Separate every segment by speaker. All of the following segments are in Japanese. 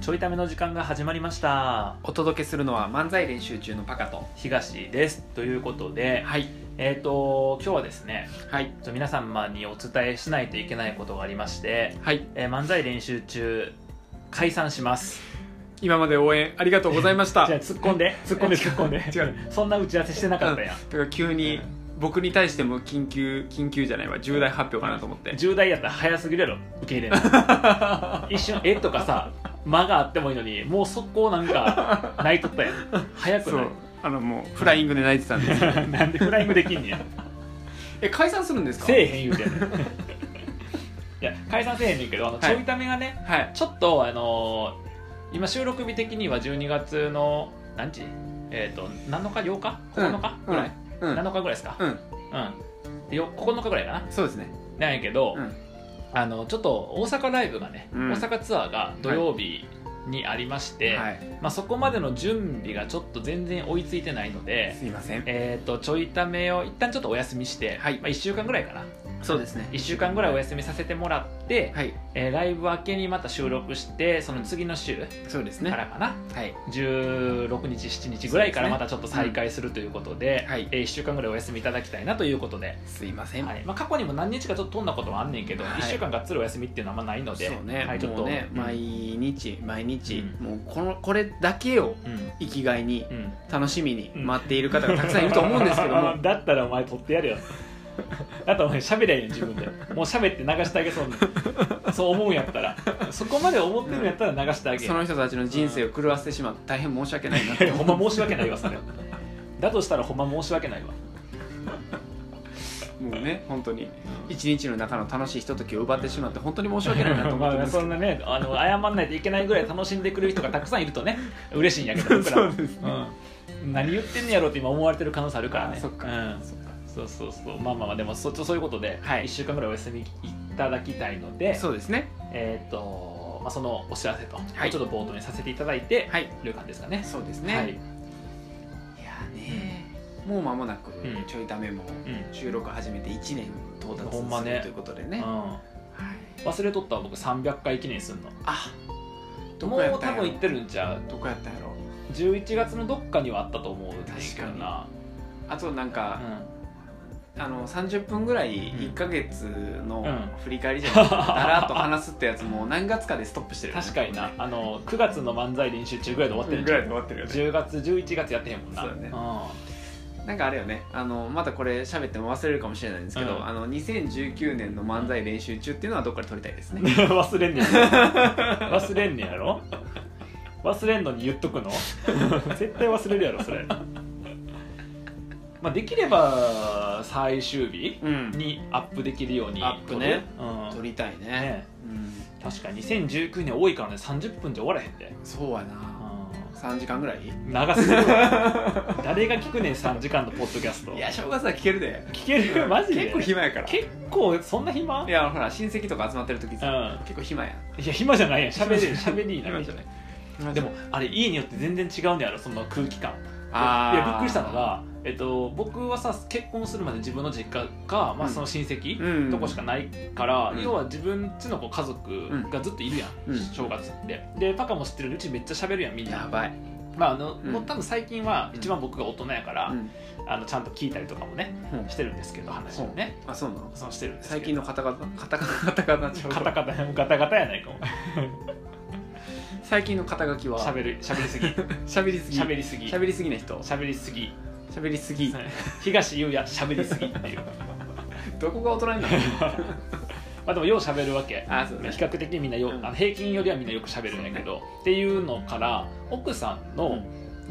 Speaker 1: ちょいための時間が始まりました
Speaker 2: お届けするのは漫才練習中のパカと
Speaker 1: 東ですということで
Speaker 2: はい
Speaker 1: えっ、と今日はですね
Speaker 2: はい
Speaker 1: ちょっと皆様にお伝えしないといけないことがありまして、
Speaker 2: はい
Speaker 1: えー漫才練習中解散します
Speaker 2: 今まで応援ありがとうございました
Speaker 1: じゃあ突っ込んで突っ込んで突っ 込んで
Speaker 2: 違う
Speaker 1: そんな打ち合わせしてなかったやん
Speaker 2: だから急に僕に対しても緊急緊急じゃないわ重大発表かなと思って
Speaker 1: 重大やったら早すぎるやろ受け入れるの 一瞬「え」とかさ間があってもいいのにもう速攻なんか泣いとったやん早く
Speaker 2: そ
Speaker 1: な
Speaker 2: うあのもうフライングで泣いてたんですよ
Speaker 1: い なんでフライングできんねや
Speaker 2: え解散するんですか
Speaker 1: せえへん言うてんねん いや解散せえへんねんけどあの
Speaker 2: はい
Speaker 1: ちょいためがね、
Speaker 2: はい
Speaker 1: ちょっとあのー今収録日的には12月の何時えっ、と7日8日9日ぐらい、
Speaker 2: うんうん
Speaker 1: 7日ぐらいですか
Speaker 2: うん
Speaker 1: うん、でよ9日ぐらいかな
Speaker 2: そうですね
Speaker 1: なんやけど、
Speaker 2: うん
Speaker 1: あのちょっと大阪ライブがね、
Speaker 2: うん
Speaker 1: 大阪ツアーが土曜日にありまして、
Speaker 2: はい
Speaker 1: まあ、そこまでの準備がちょっと全然追いついてないのです
Speaker 2: いません
Speaker 1: えー、とちょいためを一旦ちょっとお休みして、
Speaker 2: はい
Speaker 1: まあ、1週間ぐらいかな
Speaker 2: そうですね
Speaker 1: 1週間ぐらいお休みさせてもらって、
Speaker 2: はい
Speaker 1: えーライブ明けにまた収録してその次の週
Speaker 2: そうですね
Speaker 1: か
Speaker 2: は
Speaker 1: らかな、
Speaker 2: い
Speaker 1: 16日7日ぐらいから
Speaker 2: そ
Speaker 1: ま
Speaker 2: うです
Speaker 1: たちょ
Speaker 2: ね
Speaker 1: っと再開するということで、
Speaker 2: うんはい
Speaker 1: え1週間ぐらいお休みいただきたいなということで、
Speaker 2: すいません
Speaker 1: はいまあ、過去にも何日かちょっと飛んだことはあんねんけど、
Speaker 2: はい
Speaker 1: 1週間がっつりお休みっていうのはあんまないので
Speaker 2: そうね、
Speaker 1: はい、ちょっ
Speaker 2: も
Speaker 1: と
Speaker 2: うね、
Speaker 1: うん
Speaker 2: 毎日毎日、
Speaker 1: う
Speaker 2: もうこのこれだけを
Speaker 1: うん
Speaker 2: 生きがいに
Speaker 1: うん
Speaker 2: 楽しみに待っている方がたくさんいると思うんです けども
Speaker 1: だったらお前取ってやるよ だったらお前喋りゃいいよ自分でもう喋って流してあげそうにそう思うんやったらそこまで思ってるんやったら流してあげ
Speaker 2: その人たちの人生を狂わせてしまって大変申し訳ないなと
Speaker 1: いや ほんま申し訳ないわそれだとしたらほんま申し訳ないわ
Speaker 2: もうね本当に一日の中の楽しいひとときを奪ってしまって本当に申し訳ないなと思って
Speaker 1: ま
Speaker 2: ま
Speaker 1: あ、
Speaker 2: すけ
Speaker 1: そ
Speaker 2: ど
Speaker 1: んなねあの謝んないといけないぐらい楽しんでくれる人がたくさんいると ね嬉しいんやけど僕らは
Speaker 2: そうですね
Speaker 1: うん、何言ってんねやろうって今思われてる可能性あるからね
Speaker 2: あそっか
Speaker 1: うん、
Speaker 2: そっか
Speaker 1: そうそうそうまあまあまあでもそそういうことで、
Speaker 2: はい
Speaker 1: 1週間ぐらいお休みいただきたいので
Speaker 2: そうですね
Speaker 1: えっ、と、まあ、そのお知らせと、
Speaker 2: はい
Speaker 1: ちょっと冒頭にさせていただいて、
Speaker 2: はい
Speaker 1: という感じですかね。
Speaker 2: そうです
Speaker 1: は
Speaker 2: ね
Speaker 1: い、
Speaker 2: いやーねもう間もなく
Speaker 1: うん
Speaker 2: ちょいためも
Speaker 1: うん
Speaker 2: 収録始めて1年到達
Speaker 1: ほんますね
Speaker 2: るということでね
Speaker 1: うん、忘れとったわ僕300回記念するの
Speaker 2: あど
Speaker 1: も
Speaker 2: こや
Speaker 1: う
Speaker 2: った
Speaker 1: 多
Speaker 2: んやろ
Speaker 1: 分行ってるんちゃう
Speaker 2: どこやったんやろ
Speaker 1: 11月のどっかにはあったと思うですけどな
Speaker 2: あとなんか、あの30分ぐらい
Speaker 1: うん
Speaker 2: 1か月の
Speaker 1: うん
Speaker 2: 振り返りじゃ ないですか、だらっと話すってやつもう何月かでストップして
Speaker 1: うん、
Speaker 2: るよね、
Speaker 1: 確かになあの9月の漫才練習中ぐらいで終わってるん
Speaker 2: ぐ
Speaker 1: ち
Speaker 2: ら
Speaker 1: ゃ
Speaker 2: いうで終わってるよね
Speaker 1: 10月11月やってへんもんな
Speaker 2: そうだね
Speaker 1: う
Speaker 2: なんかあれよねあのまたこれ喋っても忘れるかもしれないんですけど、
Speaker 1: うん
Speaker 2: あの2019年の漫才練習中っていうのはどっかで撮りたいです
Speaker 1: ん
Speaker 2: ね
Speaker 1: 忘れんねやろ忘れんねやろ忘れんのに言っとくの 絶対忘れるやろそれまあできれば最終日
Speaker 2: うん
Speaker 1: にアップできるように
Speaker 2: アップね
Speaker 1: うん
Speaker 2: 撮りたいね
Speaker 1: ね
Speaker 2: うん、
Speaker 1: 確か2019年多いからね30分じゃ終わらへんで、
Speaker 2: そうやな3時間ぐらいい
Speaker 1: 長すぎる わ誰が聞くねん3時間のポッドキャスト
Speaker 2: や正月は聞けるで
Speaker 1: 聞けるマジで
Speaker 2: 結構暇やから
Speaker 1: 結構そんな暇
Speaker 2: いやほら親戚とか集まってる時
Speaker 1: う
Speaker 2: さ、結構暇や
Speaker 1: んいや暇じゃないやんしゃべりしゃべりな
Speaker 2: 暇じゃない
Speaker 1: でもあれ家によって全然違うんやろその空気感
Speaker 2: あー
Speaker 1: いやびっくりしたのが、えっと、僕はさ結婚するまで自分の実家か、まあ、その親戚、
Speaker 2: うん
Speaker 1: とこしかないから、
Speaker 2: うん
Speaker 1: 要は自分ちの子家族がずっといるやん、
Speaker 2: うん
Speaker 1: 正月ってでパカも知ってるようにうちめっちゃ喋るやんみん
Speaker 2: や
Speaker 1: な、
Speaker 2: ばい、
Speaker 1: まああの
Speaker 2: うん
Speaker 1: もう多分最近は一番僕が大人やから、
Speaker 2: うん
Speaker 1: あのちゃんと聞いたりとかもね
Speaker 2: うん
Speaker 1: してるんですけど話をね、
Speaker 2: あそうなの
Speaker 1: そうしてるんですけど
Speaker 2: 最近のカタカタカタカタカタカタちゃうわ
Speaker 1: カタカタガタガタやないかも
Speaker 2: 最近の肩書きは
Speaker 1: 喋る喋り すぎ
Speaker 2: 喋りすぎ
Speaker 1: 喋りすぎ
Speaker 2: 喋りすぎな人
Speaker 1: 喋りすぎ
Speaker 2: 喋りすぎ
Speaker 1: 東優也喋りすぎ っていう
Speaker 2: どこが大人になる
Speaker 1: まあでもよう喋るわけ
Speaker 2: あそう
Speaker 1: 比
Speaker 2: ね
Speaker 1: 較的みんなよ、
Speaker 2: うん
Speaker 1: あの平均よりはみんなよく喋るんやけど、っていうのから奥さんの、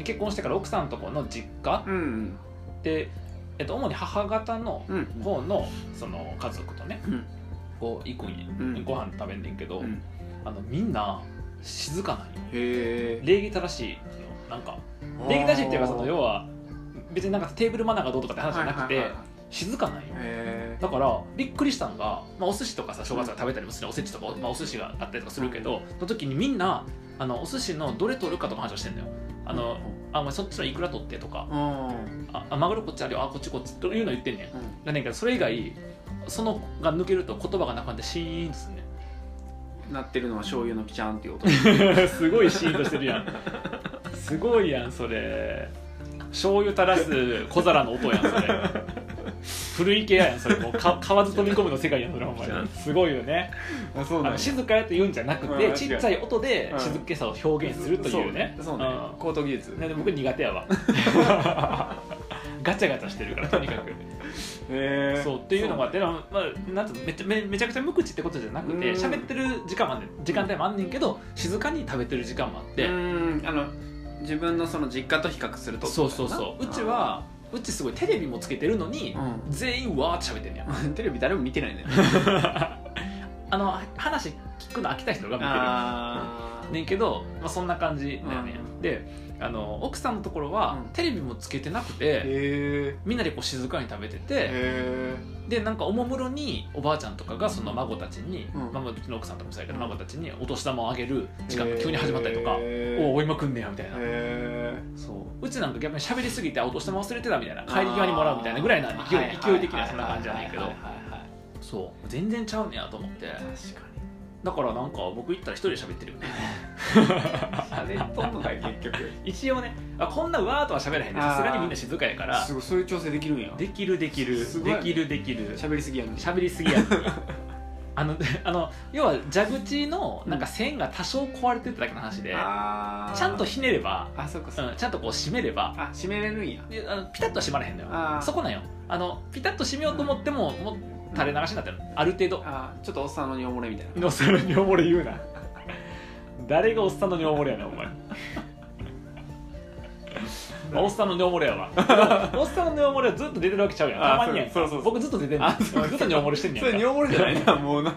Speaker 1: 結婚してから奥さんとこの実家
Speaker 2: うん
Speaker 1: で、えっと、主に母方の
Speaker 2: うん
Speaker 1: 方のその家族とね
Speaker 2: うん
Speaker 1: こう行くんや、
Speaker 2: うん
Speaker 1: ご飯食べんねんけど、
Speaker 2: うん
Speaker 1: あのみんな静かなんよ
Speaker 2: へえ
Speaker 1: 礼儀正しいよなんか礼儀正しいっていうかその要は別になんかテーブルマナーがどうとかって話じゃなくて、
Speaker 2: はいはいはい
Speaker 1: 静かなんよ
Speaker 2: へ
Speaker 1: だからびっくりしたのが、まあ、お寿司とかさ正月は食べたりもする、おせちとか、まあ、お寿司があったりとかするけど、の時にみんなあのお寿司のどれ取るかとか話をしてんだよあの、あお前そっちのいくら取ってとか
Speaker 2: うんうん
Speaker 1: ああマグロこっちあるよあこっちこっちというの言ってんねんだねんけどそれ以外そのが抜けると言葉がなくなってシーンとすんねん
Speaker 2: なってるのは醤油のピチャンっていう音
Speaker 1: すごいシーンとしてるやんすごいやんそれ醤油垂らす小皿の音やんそれ古い系やんそれもうか川津飛び込むの世界やんそれお前すごいよね
Speaker 2: あそう
Speaker 1: あの静かやって言うんじゃなく
Speaker 2: うん
Speaker 1: て
Speaker 2: 違う
Speaker 1: ちっちゃい音で
Speaker 2: うん
Speaker 1: 静けさを表現するというね
Speaker 2: そうね
Speaker 1: うん
Speaker 2: 高等技術
Speaker 1: なんで僕苦手やわ ガチャガチャしてるからとにかく
Speaker 2: へー
Speaker 1: そうっていうのがあってまあ、なんつうのめちゃめめちゃくちゃ無口ってことじゃなくて
Speaker 2: うん
Speaker 1: 喋ってる時間まで時間帯もあんねんけど静かに食べてる時間もあっ
Speaker 2: う
Speaker 1: て、
Speaker 2: ーんあの自分のその実家と比較すると
Speaker 1: そうそうそううちはうちすごいテレビもつけてるのに、
Speaker 2: う
Speaker 1: 全員わーって喋ってんねや
Speaker 2: テレビ誰も見てないね
Speaker 1: あの話聞くの飽きた人が見てる
Speaker 2: あ
Speaker 1: ねんけど、まあ、そんな感じだよね、
Speaker 2: う
Speaker 1: であの奥さんのところは、
Speaker 2: うん
Speaker 1: テレビもつけてなくて
Speaker 2: へ
Speaker 1: みんなでこう静かに食べてて、
Speaker 2: え
Speaker 1: でなんかおもむろにおばあちゃんとかがその孫たちに、
Speaker 2: うん
Speaker 1: まあ、うちの奥さんとかもそうやけど
Speaker 2: うん
Speaker 1: 孫たちにお年玉をあげる時間が急に始まったりとか「おお今くんねや」みたいな、
Speaker 2: へ
Speaker 1: そううちなんか逆に喋りすぎてあお年玉忘れてたみたいな帰り際にもらうみたいなぐらいな勢い,、勢い的なそんな感じじゃないけどそう全然ちゃうんやと思って
Speaker 2: 確かに
Speaker 1: だからなんか僕行ったら一人で喋ってるよね
Speaker 2: 喋っとんのかい結 局
Speaker 1: 一応ねあこんなわーとは喋らへんね
Speaker 2: あー
Speaker 1: さすがにみんな静かやから
Speaker 2: すごいそういう調整できるんや
Speaker 1: できるできる、
Speaker 2: すごい
Speaker 1: で
Speaker 2: ね
Speaker 1: きるできる
Speaker 2: 喋りすぎやん
Speaker 1: 喋りすぎ やんあの あの要は蛇口のなんか線が多少壊れてただけの話で、
Speaker 2: あー
Speaker 1: ちゃんとひねれば、、
Speaker 2: あそうかそううん
Speaker 1: ちゃんとこう締めれば
Speaker 2: あ閉めれるんや
Speaker 1: であのピタッとは締まれへんのよ
Speaker 2: あー
Speaker 1: そこなんよあのピタッと締めようと思ってももう垂れ流しになってるある程度
Speaker 2: あちょっとおっさんの尿漏れみたいな
Speaker 1: のその尿漏れ言うな誰がおっさんの尿漏れやねんお 前まあおっさんの尿漏れやわでも おっさんの尿漏れはずっと出てるわけちゃうやん
Speaker 2: あ
Speaker 1: たまにやんか
Speaker 2: そうそうそう
Speaker 1: 僕ずっと出てんの
Speaker 2: あそう
Speaker 1: ずっと尿漏れしてんねやんか
Speaker 2: 漏れじゃないなもうな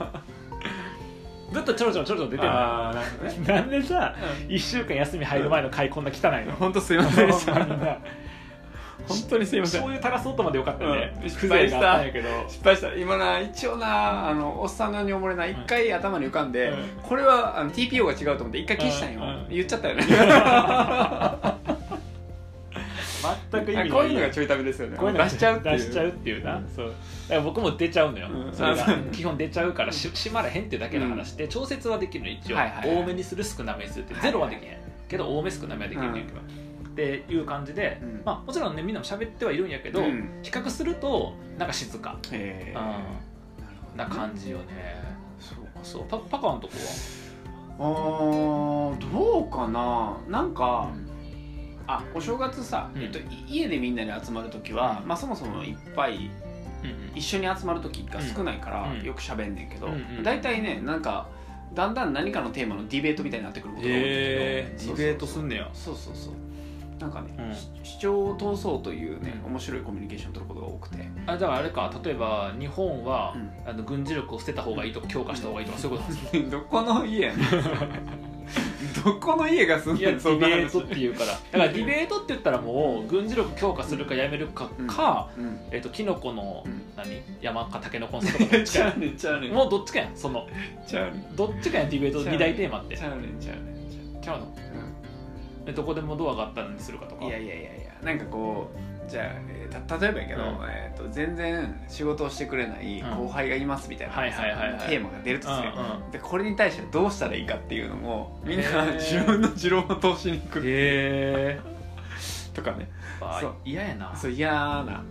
Speaker 1: ずっとちょろちょろちょろちょろ出てる
Speaker 2: あーなるほどね
Speaker 1: なんでさ1週間休み入る前の回こんな汚い の
Speaker 2: 本当すいませんでし
Speaker 1: ほ
Speaker 2: た
Speaker 1: んまにな
Speaker 2: 本当にすいません
Speaker 1: 醤油垂らす音までよかったね、
Speaker 2: うん
Speaker 1: 風情があったんやけど
Speaker 2: 失敗した今な一応なあのおっさんの尿漏れな一回頭に浮かんで、
Speaker 1: うん
Speaker 2: これはあの TPO が違うと思って一回消したんよ、
Speaker 1: うんうん
Speaker 2: 言っちゃったよね
Speaker 1: 全く意味ない
Speaker 2: こういうのがちょい食べですよね
Speaker 1: こういうの
Speaker 2: 出しちゃうっていう
Speaker 1: 出しちゃうっていうな、そうだから僕も出ちゃうのよ、
Speaker 2: うん
Speaker 1: それが
Speaker 2: あそう
Speaker 1: 基本出ちゃうからし閉まらへんっていうだけの話で、調節はできるの一応、
Speaker 2: はいはいは
Speaker 1: 多
Speaker 2: い
Speaker 1: めにする少なめにするってゼロはできへん、けど多め少なめはできるっていうか、っていう感じで、
Speaker 2: うん
Speaker 1: まあ、もちろんねみんなも喋ってはいるんやけど、
Speaker 2: うん
Speaker 1: 比較するとなんか静か、
Speaker 2: へえ
Speaker 1: うんな
Speaker 2: なるほどね
Speaker 1: 感じよね、
Speaker 2: そう
Speaker 1: そうパパカのとこ
Speaker 2: あーどうかななん
Speaker 1: は
Speaker 2: か、あお正月さ、
Speaker 1: うん
Speaker 2: えっと、い家でみんなで集まる時は、
Speaker 1: うん
Speaker 2: まあ、そもそもいっぱい
Speaker 1: うんうん
Speaker 2: 一緒に集まる時が少ないから、
Speaker 1: うん
Speaker 2: よく喋んねんけど
Speaker 1: うんうん
Speaker 2: 大体、ねなんかだんだん何かのテーマのディベートみたいになってくることが多いんだけど、
Speaker 1: えー、ディ
Speaker 2: そうそうそう
Speaker 1: ベートすんねや
Speaker 2: そうそうそうなんかね、
Speaker 1: うん
Speaker 2: し主張を通そうというね、
Speaker 1: うん
Speaker 2: 面白いコミュニケーションを取ることが多くて、
Speaker 1: あだからあれか例えば日本は、
Speaker 2: う
Speaker 1: あの軍事力を捨てた方がいいとか強化した方がいいとかそういうことなんですか
Speaker 2: どこの家やねんどこの家が住ん
Speaker 1: い や
Speaker 2: で
Speaker 1: デ
Speaker 2: んそ
Speaker 1: ィ
Speaker 2: んな
Speaker 1: ベ
Speaker 2: 話
Speaker 1: ートっていうからだからディベートって言ったらもう軍事力強化するかやめるか
Speaker 2: うん
Speaker 1: か、
Speaker 2: うん
Speaker 1: えっとキノコの、
Speaker 2: うん
Speaker 1: 何山かタケノコの里とかどっち
Speaker 2: ち
Speaker 1: か
Speaker 2: ゃ
Speaker 1: や
Speaker 2: うねんちゃうねん
Speaker 1: もうどっちかやんその
Speaker 2: ちゃうねん
Speaker 1: どっちかやんディベート
Speaker 2: ちゃう
Speaker 1: 二大テーマって
Speaker 2: ちゃうねんちゃうねんちゃうねん
Speaker 1: ちゃうのでどこでもドアがあったらにするかとか
Speaker 2: いやいやいやいやなんかこうじゃあ、えーた例えばやけど、
Speaker 1: うん
Speaker 2: えー、と全然仕事をしてくれない
Speaker 1: うん
Speaker 2: 後輩がいますみたいな、
Speaker 1: はいはいはいはい
Speaker 2: テーマが出るとする、
Speaker 1: うんうん
Speaker 2: でこれに対してどうしたらいいかっていうのもみん
Speaker 1: へ
Speaker 2: な
Speaker 1: ー
Speaker 2: 自分の持論を通しに行く
Speaker 1: へえ
Speaker 2: と かねそう
Speaker 1: 嫌やな
Speaker 2: そう嫌な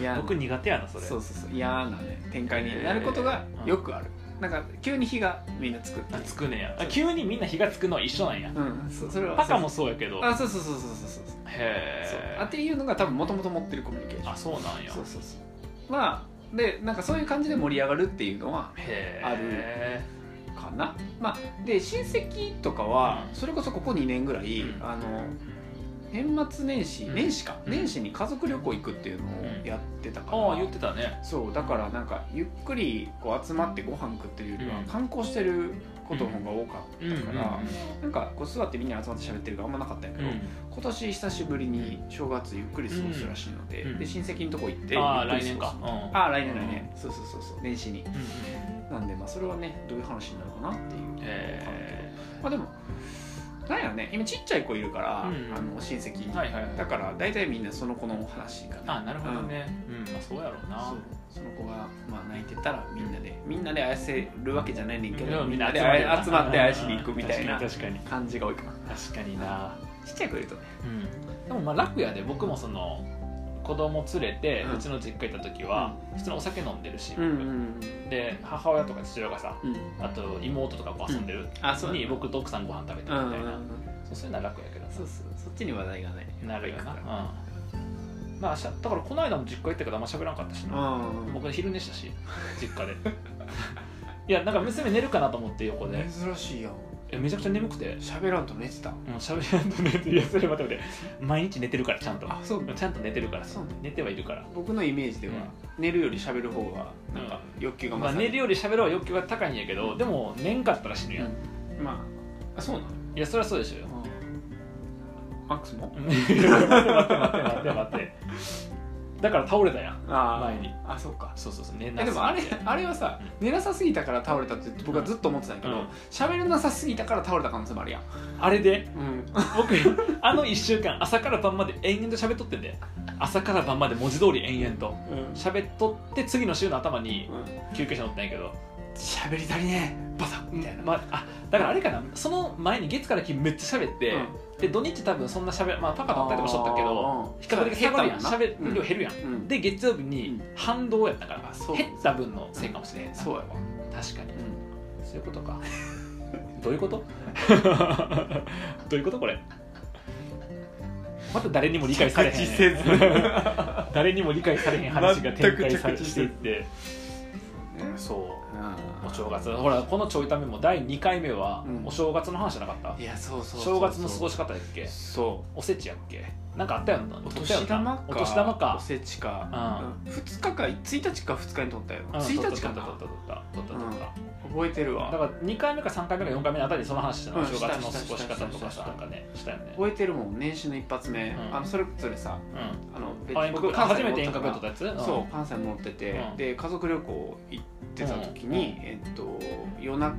Speaker 2: 嫌な
Speaker 1: 僕苦手やなそれ
Speaker 2: そうそうそう嫌なね展開になることが
Speaker 1: うん
Speaker 2: よくある、なんか急に火がみんなつく
Speaker 1: あつくねやあ急にみんな火がつくのは一緒なんや
Speaker 2: うんそそれは
Speaker 1: パカもそうやけど
Speaker 2: あそうそうそうそうそうそうそう
Speaker 1: へ
Speaker 2: あ
Speaker 1: え
Speaker 2: っていうのが多分もともと持ってるコミュニケーション
Speaker 1: あそうなんや
Speaker 2: そうそうそうまあでなんかそういう感じで盛り上がるっていうのは
Speaker 1: へ
Speaker 2: あ
Speaker 1: え
Speaker 2: かなまあで親戚とかは
Speaker 1: うん
Speaker 2: それこそここ2年ぐらい、
Speaker 1: うん
Speaker 2: あの年末年始
Speaker 1: うん
Speaker 2: 年始か、
Speaker 1: うん
Speaker 2: 年始に家族旅行行くっていうの
Speaker 1: うん
Speaker 2: をやってたから、
Speaker 1: ああ言ってたね
Speaker 2: そうだからなんかゆっくりこう集まってご飯食ってるよりは
Speaker 1: うん
Speaker 2: 観光してることの方が多かったから、
Speaker 1: う
Speaker 2: なんかこう座ってみんな集まって喋ってるがあんまなかったんやけど、今年久しぶりに正月ゆっくり過ごすらしいので,、
Speaker 1: うん
Speaker 2: で親戚のとこ行って
Speaker 1: んああ
Speaker 2: ゆっ
Speaker 1: 来
Speaker 2: くり
Speaker 1: 年
Speaker 2: 過ご
Speaker 1: か
Speaker 2: す
Speaker 1: うん
Speaker 2: ああ来年来年、そうそうそうそう年始に
Speaker 1: うんうん
Speaker 2: なんでまあそれはねどういう話になるかなっていう、
Speaker 1: へえ
Speaker 2: まあでもなんやろね今ちっちゃい子いるから、
Speaker 1: うん
Speaker 2: あの親戚、
Speaker 1: はいはいはい
Speaker 2: だから大体みんなその子のお話かな
Speaker 1: あなるほどねうん、まあそうやろうな
Speaker 2: そうその子が、まあ、泣いてたらみんなでみんなであやせるわけじゃないねんけど、
Speaker 1: うん
Speaker 2: みんなで
Speaker 1: 集まるよ
Speaker 2: あや集まってあやしに行くみたいな
Speaker 1: 確かに
Speaker 2: 感じが多いかな
Speaker 1: 確かに確かにな
Speaker 2: ちっちゃい子いるとね
Speaker 1: うんでもまあ楽やで僕もその子供連れて
Speaker 2: うん
Speaker 1: うちの実家行った時は普通にお酒飲んでるし、
Speaker 2: うん
Speaker 1: で母親とか父親がさ
Speaker 2: うんうん
Speaker 1: あと妹とかも遊んでる
Speaker 2: あそうだね
Speaker 1: に僕と奥さんご飯食べて
Speaker 2: うん
Speaker 1: るみ
Speaker 2: うん
Speaker 1: た
Speaker 2: う
Speaker 1: いな、
Speaker 2: ん
Speaker 1: そうそういうのは楽やけどな
Speaker 2: そうそうそっちに話題がない
Speaker 1: なるよな、
Speaker 2: う
Speaker 1: うんん、まあしゃだからこの間も実家行ったけどあんま喋らんかったしな、
Speaker 2: うん
Speaker 1: 僕昼寝したし実家で いやなんか娘寝るかなと思って横で
Speaker 2: 珍しいやん
Speaker 1: えめちゃくちゃ眠くて
Speaker 2: 喋らんと寝てた
Speaker 1: もう喋らんと寝ていやそれ待って待って毎日寝てるからちゃんと
Speaker 2: あそう
Speaker 1: ちゃんと寝てるから
Speaker 2: そう
Speaker 1: 寝てはいるから
Speaker 2: 僕のイメージでは、寝るより喋る方がなんか欲求が
Speaker 1: まあ、
Speaker 2: 勝
Speaker 1: 寝るより喋るは欲求が高いんやけど、
Speaker 2: うん
Speaker 1: でも寝んかったら死ぬやん、
Speaker 2: うんまああそうなの
Speaker 1: いやそりゃそうでしょよ
Speaker 2: マックスも
Speaker 1: 待って待って待って待って待ってだから倒れたやん
Speaker 2: あー
Speaker 1: 前に
Speaker 2: あそうか
Speaker 1: そうそうそう寝
Speaker 2: い
Speaker 1: な
Speaker 2: やでもあれ
Speaker 1: すぎて
Speaker 2: あれはさ寝なさすぎたから倒れたって僕はずっと思ってたんやけど喋、らなさすぎたから倒れた可能性もあるやん、
Speaker 1: あれで
Speaker 2: うん、
Speaker 1: 僕あの1週間朝から晩まで延々と喋っとってんで朝から晩まで文字通り延々と喋っとって次の週の頭に救急車乗ったんやけど
Speaker 2: 喋り足りねえバサッみたいな、
Speaker 1: まあ、あだからあれかなその前に月から金めっちゃ喋って、で土日多分そんな喋まあパカだったりとかしとったけど比較的減ったやん喋る量減るやん、
Speaker 2: うんうん
Speaker 1: で月曜日に反動やったから
Speaker 2: あそう
Speaker 1: 減った分のせいかもしれへんな
Speaker 2: そうやわ、
Speaker 1: 確かに
Speaker 2: うん、
Speaker 1: そういうこと かどういうことどういうことこれまた誰にも理解されへ
Speaker 2: 着地せず
Speaker 1: ん 誰にも理解されへん話が展開され
Speaker 2: 全く着地せず
Speaker 1: していってそうお正月ほらこのちょいためも第2回目は
Speaker 2: うん
Speaker 1: お正月の話じゃなかった
Speaker 2: い、やそうそう
Speaker 1: 正月の過ご
Speaker 2: し
Speaker 1: し方やっけ
Speaker 2: そ
Speaker 1: おせちやっけなんかあったやんな
Speaker 2: うお年玉か
Speaker 1: お年玉
Speaker 2: お
Speaker 1: か
Speaker 2: せちか、うん、2日か1日か2日に取ったよ、
Speaker 1: うん
Speaker 2: 1
Speaker 1: 取
Speaker 2: 日かな
Speaker 1: った取った取った取った取った
Speaker 2: 覚えてる
Speaker 1: だか
Speaker 2: わ
Speaker 1: ら2回目か3回目か4回目のあたりでその話したの
Speaker 2: う
Speaker 1: お
Speaker 2: ん
Speaker 1: 正月の
Speaker 2: した
Speaker 1: 過
Speaker 2: した
Speaker 1: ごし方とか
Speaker 2: した
Speaker 1: さなんかねしたよね
Speaker 2: 覚えてるもん年始の一発目、
Speaker 1: うん
Speaker 2: あのそれぞれさ
Speaker 1: うん
Speaker 2: あの
Speaker 1: あ遠隔初めて遠
Speaker 2: った
Speaker 1: 隔
Speaker 2: か
Speaker 1: や
Speaker 2: ら
Speaker 1: っとったやつ
Speaker 2: そう関西戻ってて、
Speaker 1: うん
Speaker 2: で家族旅行行ってた時に、えっと夜な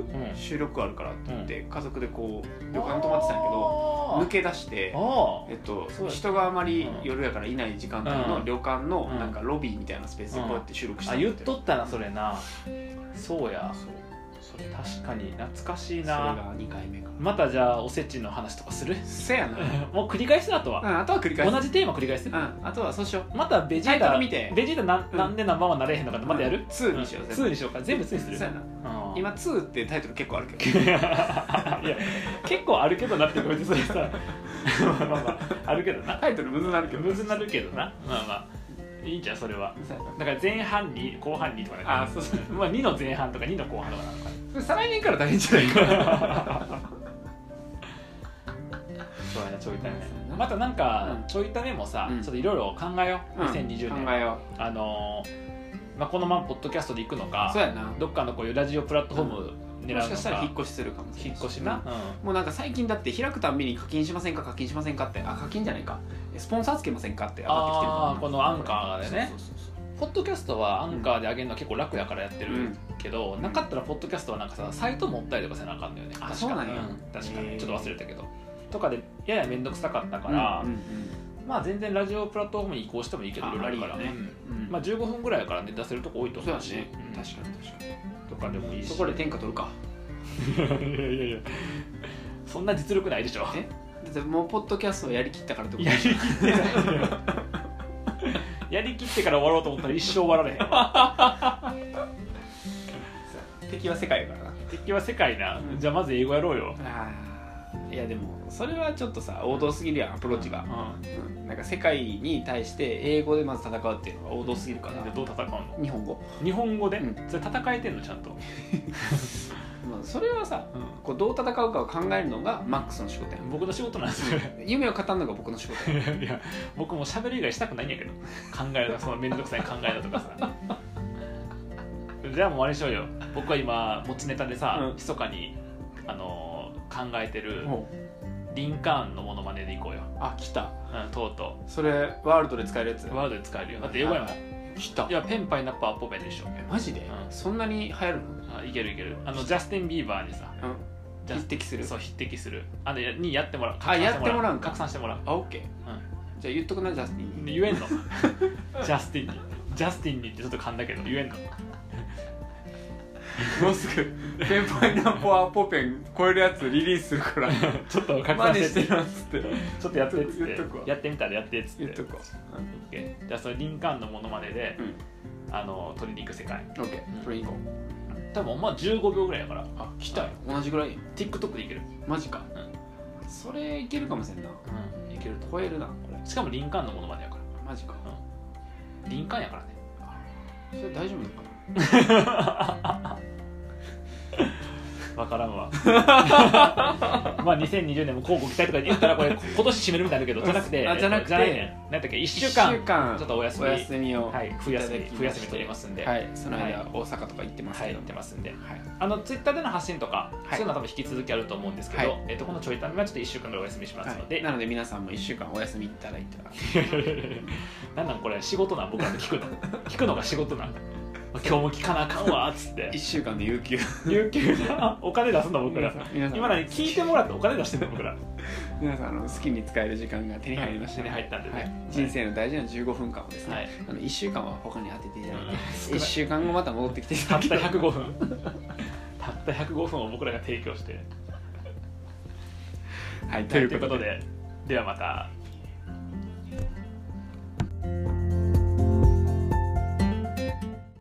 Speaker 1: うんうん
Speaker 2: 収録あるからって言って、家族でこう旅館泊まってたんやけど抜け出して
Speaker 1: あー
Speaker 2: えっと
Speaker 1: そう、や
Speaker 2: 人があまり
Speaker 1: うん
Speaker 2: 夜やからいない時間帯
Speaker 1: う
Speaker 2: の
Speaker 1: ん
Speaker 2: 旅館の
Speaker 1: うん
Speaker 2: なんかロビーみたいなスペースでこうやって収録した
Speaker 1: あ
Speaker 2: んだ
Speaker 1: 言っとったなそれなそうや
Speaker 2: そうそれ
Speaker 1: 確かに懐かしい
Speaker 2: それ
Speaker 1: な
Speaker 2: が2回目かな
Speaker 1: またじゃあおせちの話とかする
Speaker 2: せやな、
Speaker 1: もう繰り返すなあとは
Speaker 2: うん、あとは繰り返す
Speaker 1: 同じテーマ繰り返す
Speaker 2: うん、あとはそうしよう
Speaker 1: またベジー
Speaker 2: タイト
Speaker 1: タ
Speaker 2: ル見て
Speaker 1: ベジータなん
Speaker 2: うん
Speaker 1: なんで生はなれへんのかってまたやる
Speaker 2: うん2にしよう
Speaker 1: うん2にしようか全部2にする
Speaker 2: そうやな
Speaker 1: うん
Speaker 2: 今2ってタイトル結構あるけ ど
Speaker 1: いや結構あるけどなってこれでそれさ まあまあまああるけどな
Speaker 2: タイトルむずなるけど
Speaker 1: むずなるけどなまあまあいいんじゃんそれは
Speaker 2: そうやな
Speaker 1: だから前半に後半にとかだから
Speaker 2: あそうそう
Speaker 1: まあ2の前半とか2の後半とかなのか
Speaker 2: それ再来年から大変じゃないかな
Speaker 1: そうやなちょいため
Speaker 2: うん
Speaker 1: またなんか
Speaker 2: うん
Speaker 1: ちょいためもさ、
Speaker 2: うん
Speaker 1: ちょっといろいろ考えよう
Speaker 2: うん
Speaker 1: 2020年、
Speaker 2: 考えよ
Speaker 1: あのーまあ、このままポッドキャストで行くの
Speaker 2: う
Speaker 1: か
Speaker 2: そうやな
Speaker 1: どっかのこういうラジオプラットフォーム狙うのか、
Speaker 2: もしかしたら引っ越しするかもしれ
Speaker 1: 引
Speaker 2: な
Speaker 1: っ
Speaker 2: い
Speaker 1: 越しな、
Speaker 2: もうなんか最近だって開くたんびに課金しませんか課金しませんかってあ課金じゃないかえスポンサーつけませんかって上がってきてる
Speaker 1: あーこのアンカーでね
Speaker 2: そうそうそうそう
Speaker 1: ポッドキャストはアンカーで上げるのは結構楽やからやって
Speaker 2: う
Speaker 1: る
Speaker 2: ん
Speaker 1: けど、なかったらポッドキャストはなんかさサイト持ったりとかせなあかんのよね確
Speaker 2: あ
Speaker 1: か
Speaker 2: そうなんや
Speaker 1: 確か
Speaker 2: へ
Speaker 1: に
Speaker 2: ー
Speaker 1: ちょっと忘れたけどとかでやや面倒くさかったから、
Speaker 2: うんうん
Speaker 1: まあ全然ラジオプラットフォームに移行してもいいけど
Speaker 2: あ
Speaker 1: いろいろあるから
Speaker 2: ありよねうんうん
Speaker 1: まあ15分ぐらいやからね出せるとこ多いと
Speaker 2: そ
Speaker 1: 思
Speaker 2: うだ
Speaker 1: うし
Speaker 2: ね、
Speaker 1: うん
Speaker 2: 確かに確か
Speaker 1: とかでもいい
Speaker 2: に
Speaker 1: し
Speaker 2: そこで天下取るか
Speaker 1: いやいやいやそんな実力ないでし ょ
Speaker 2: えだってもうポッドキャストをやりきったからってこと
Speaker 1: やりきってないよ やりきってから終わろうと思ったら一生終わられへんわ
Speaker 2: 敵は世界やからな
Speaker 1: 敵は世界なじゃあまず英語やろうよ
Speaker 2: あーいやでもそれはちょっとさ王道すぎるやんアプローチが、
Speaker 1: うん
Speaker 2: うんなんか世界に対して英語でまず戦うっていうのが王道すぎるから
Speaker 1: でどう戦うの
Speaker 2: 日本語、
Speaker 1: 日本語で、
Speaker 2: うん
Speaker 1: それ戦えてんのちゃんと、
Speaker 2: まあ、それはさこうどう戦うかを考えるのがマックスの仕事やん
Speaker 1: 僕の仕事なんです よ
Speaker 2: 夢を語るのが僕の仕事や
Speaker 1: いや僕もう喋る以外したくないんやけど考えるのその面倒くさい考えだとかさじゃあもうあれしようよ僕は今持ちネタでさ、
Speaker 2: うん
Speaker 1: 密かにあのー考えてる
Speaker 2: も
Speaker 1: リンカーンのモノマネでいこうよ、
Speaker 2: うあ来た
Speaker 1: うん、とうと
Speaker 2: それワールドで使えるやつ
Speaker 1: うワードで使えるよだって英語やもんい
Speaker 2: 来た
Speaker 1: やペンパイナッパーポペでしょ
Speaker 2: えマジで、
Speaker 1: うん
Speaker 2: そんなに流行るの
Speaker 1: あいけるいけるあのジャスティン・ビーバーにさ
Speaker 2: う
Speaker 1: じゃあ
Speaker 2: 匹敵する
Speaker 1: そう匹敵するあでにやってもらう拡散
Speaker 2: やってもらうんか
Speaker 1: 拡散してもらう、
Speaker 2: あオッケーじゃあ言っとくなジャステ
Speaker 1: う
Speaker 2: ィン
Speaker 1: ん、
Speaker 2: に
Speaker 1: で言 えんのジャスティンにジャスティンにってちょっと噛んだけど言えん の
Speaker 2: もうすぐペンパイナポアポペン超えるやつリリースするから
Speaker 1: ちょっと拡
Speaker 2: マ
Speaker 1: 散
Speaker 2: ネ
Speaker 1: し
Speaker 2: して
Speaker 1: っ
Speaker 2: て
Speaker 1: て
Speaker 2: なっつって
Speaker 1: ちょっとやってっつっ
Speaker 2: 言っとくわ
Speaker 1: てやってみたらやってっつって
Speaker 2: 言っと
Speaker 1: オ
Speaker 2: こ
Speaker 1: ッケーじゃあそのリンカーンのモノマネで
Speaker 2: ううん
Speaker 1: あの鶏肉世界
Speaker 2: オッケーそれいこう
Speaker 1: 多分まあ15秒ぐらいやから
Speaker 2: あ来たよ同じぐらい
Speaker 1: TikTok でいける、
Speaker 2: マジか
Speaker 1: うん
Speaker 2: それいけるかもしれんな
Speaker 1: うん、いけると
Speaker 2: 超えるな
Speaker 1: しかもリンカーンのモノマネやか
Speaker 2: マジから
Speaker 1: リンカーンやからね
Speaker 2: それ大丈夫なのかな
Speaker 1: わからんわ まあ2020年も交互期待とか言ったらこれ今年締めるみたいになるけどじゃなくて
Speaker 2: あじゃなくて
Speaker 1: じゃないね何だっけ1週間
Speaker 2: 一間
Speaker 1: ちょっとお休み
Speaker 2: お休みを
Speaker 1: はい冬休み
Speaker 2: いただきまして
Speaker 1: 冬休み取りますんでは、
Speaker 2: はいいその間大阪とか行ってますけ
Speaker 1: 言
Speaker 2: ど
Speaker 1: ってますんで
Speaker 2: はい
Speaker 1: あのツイッターでの発信とか、
Speaker 2: い
Speaker 1: そういうのは多分引き続きあると思うんですけど、
Speaker 2: はい
Speaker 1: えっとこのちょいためはちょっと1週間ぐらいお休みしますので、
Speaker 2: はいなので皆さんも1週間お休みいただいたら
Speaker 1: なんなんこれ仕事なん僕らの聞くの 聞くのが仕事なん今日も聞かなあかんわっつって
Speaker 2: 1週間の 有給
Speaker 1: 有給なお金出すの僕ら
Speaker 2: 皆さ ん
Speaker 1: 今何聞いてもらってお金出してんの僕ら
Speaker 2: 皆さんあの好きに使える時間が手に入りました
Speaker 1: 手に入ったんでね
Speaker 2: はい人生の大事な15分間をですね、
Speaker 1: はい
Speaker 2: あの1週間は他に当てていただいて、
Speaker 1: うん
Speaker 2: 1週間後また戻ってきてい
Speaker 1: た
Speaker 2: た
Speaker 1: っ
Speaker 2: だ
Speaker 1: た
Speaker 2: け
Speaker 1: 105分たった105分を僕らが提供して
Speaker 2: はい
Speaker 1: と
Speaker 2: と
Speaker 1: い
Speaker 2: いう
Speaker 1: う
Speaker 2: こ
Speaker 1: ことと
Speaker 2: で
Speaker 1: でではまた